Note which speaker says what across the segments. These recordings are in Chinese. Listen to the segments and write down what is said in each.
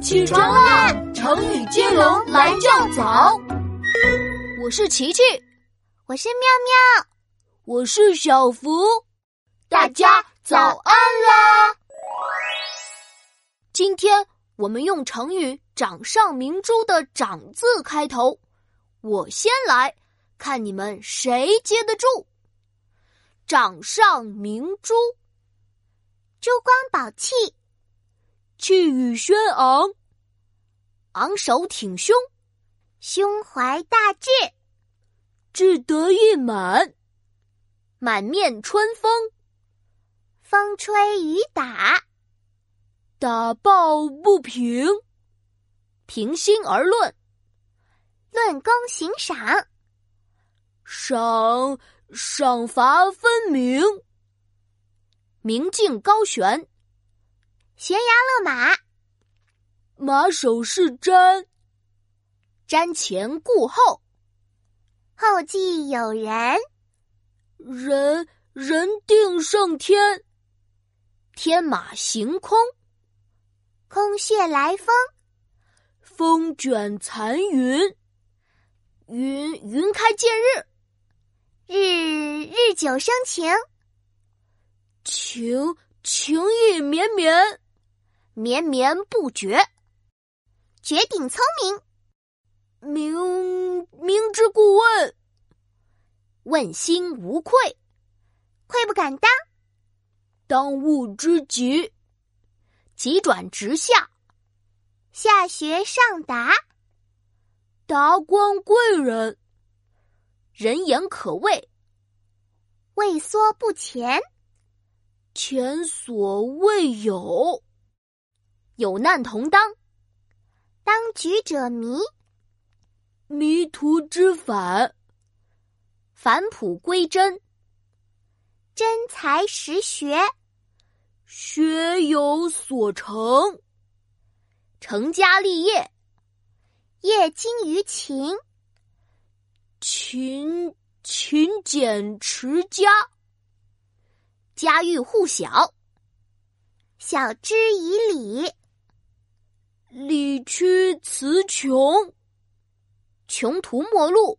Speaker 1: 起床啦！成语接龙来叫早。我是琪琪，
Speaker 2: 我是妙妙，
Speaker 1: 我是小福，大家早安啦！今天我们用成语“掌上明珠”的“掌”字开头，我先来，看你们谁接得住。掌上明珠，
Speaker 2: 珠光宝气，
Speaker 1: 气宇轩昂，昂首挺胸，
Speaker 2: 胸怀大志，
Speaker 1: 志得意满，满面春风，
Speaker 2: 风吹雨打，
Speaker 1: 打抱不平，平心而论，
Speaker 2: 论功行赏，
Speaker 1: 赏赏罚分明，明镜高悬，
Speaker 2: 悬崖勒马，
Speaker 1: 马首是瞻，瞻前顾后，
Speaker 2: 后继有人，
Speaker 1: 人人定胜天，天马行空，
Speaker 2: 空穴来风，
Speaker 1: 风卷残云，云云开见日，
Speaker 2: 日日久生情，
Speaker 1: 情情意绵绵，绵绵不绝，
Speaker 2: 绝顶聪明，
Speaker 1: 明明知故问，问心无愧，
Speaker 2: 愧不敢当，
Speaker 1: 当务之急，急转直下，
Speaker 2: 下学上达，
Speaker 1: 达官贵人，人言可畏，
Speaker 2: 畏缩不前，
Speaker 1: 前所未有，有难同当，
Speaker 2: 当局者迷，
Speaker 1: 迷途知返，返璞归真，
Speaker 2: 真才实学，
Speaker 1: 学有所成，成家立业，
Speaker 2: 业精于勤，
Speaker 1: 勤勤俭持家，家喻户晓，
Speaker 2: 晓之以理，
Speaker 1: 理屈词穷，穷途末路，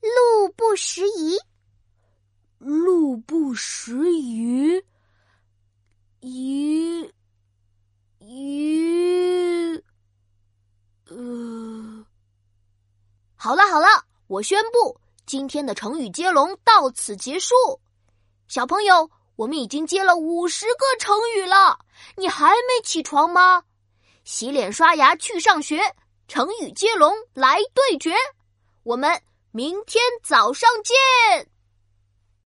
Speaker 2: 路不拾遗，
Speaker 1: 路不拾遗，遗遗，呃，好了好了，我宣布今天的成语接龙到此结束。小朋友，我们已经接了五十个成语了，你还没起床吗？洗脸刷牙去上学，成语接龙来对决，我们明天早上见。